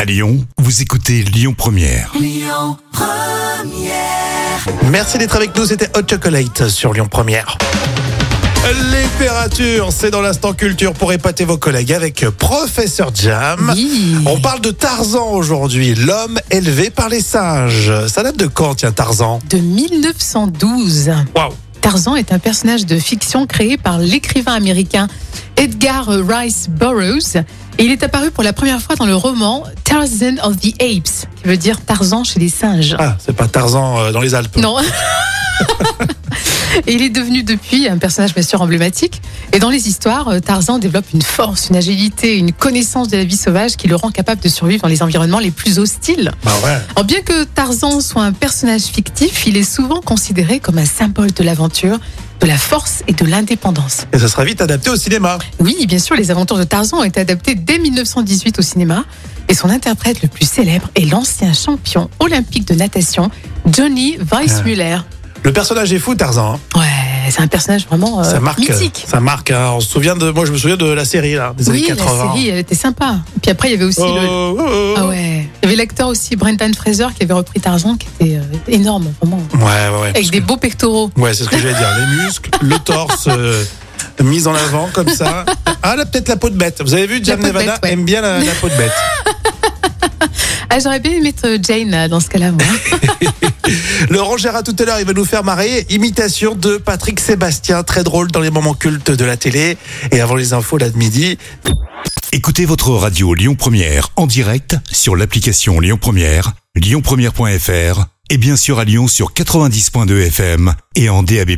À Lyon, vous écoutez Lyon Première. Merci d'être avec nous, c'était Hot Chocolate sur Lyon Première. Les ferratures, c'est dans l'instant culture pour épater vos collègues avec Professeur Jam. Oui. On parle de Tarzan aujourd'hui, l'homme élevé par les singes. Ça date de quand, tiens, Tarzan De 1912. Waouh Tarzan est un personnage de fiction créé par l'écrivain américain Edgar Rice Burroughs. Et il est apparu pour la première fois dans le roman Tarzan of the Apes, qui veut dire Tarzan chez les singes. Ah, c'est pas Tarzan euh, dans les Alpes. Non. Et il est devenu depuis un personnage bien sûr emblématique. Et dans les histoires, euh, Tarzan développe une force, une agilité, une connaissance de la vie sauvage qui le rend capable de survivre dans les environnements les plus hostiles. Bah ouais. Alors Oh, bien que Tarzan soit un personnage fictif, il est souvent considéré comme un symbole de l'aventure, de la force et de l'indépendance. Et ça sera vite adapté au cinéma. Oui, bien sûr, les aventures de Tarzan ont été adaptées dès 1918 au cinéma et son interprète le plus célèbre est l'ancien champion olympique de natation, Johnny Weissmuller. Le personnage est fou, Tarzan. hein. Ouais, c'est un personnage vraiment euh, ça marque. mythique. Ça marque. hein. On se souvient de. Moi, je me souviens de la série, là, des Oui, années la 80. série, elle était sympa. Puis après, il y avait aussi Oh, le... oh, oh. Ah ouais. Il y avait l'acteur aussi, Brendan Fraser, qui avait repris Tarzan, qui était euh, énorme, vraiment. Ouais, ouais, ouais. Avec des beaux pectoraux. Ouais, c'est ce que j'allais dire. Les muscles, le torse euh, mis en avant comme ça. Ah là, peut-être la peau de bête. Vous avez vu, Jam peau de Nevada bête, ouais. aime bien la, la peau de bête. Ah, j'aurais bien aimé être Jane euh, dans ce cas-là, moi. Laurent Gérard, tout à l'heure, il va nous faire marrer. Imitation de Patrick Sébastien, très drôle dans les moments cultes de la télé. Et avant les infos, là de midi. Écoutez votre radio Lyon Première en direct sur l'application Lyon Première, lyonpremière.fr et bien sûr à Lyon sur 90.2 FM et en DAB+.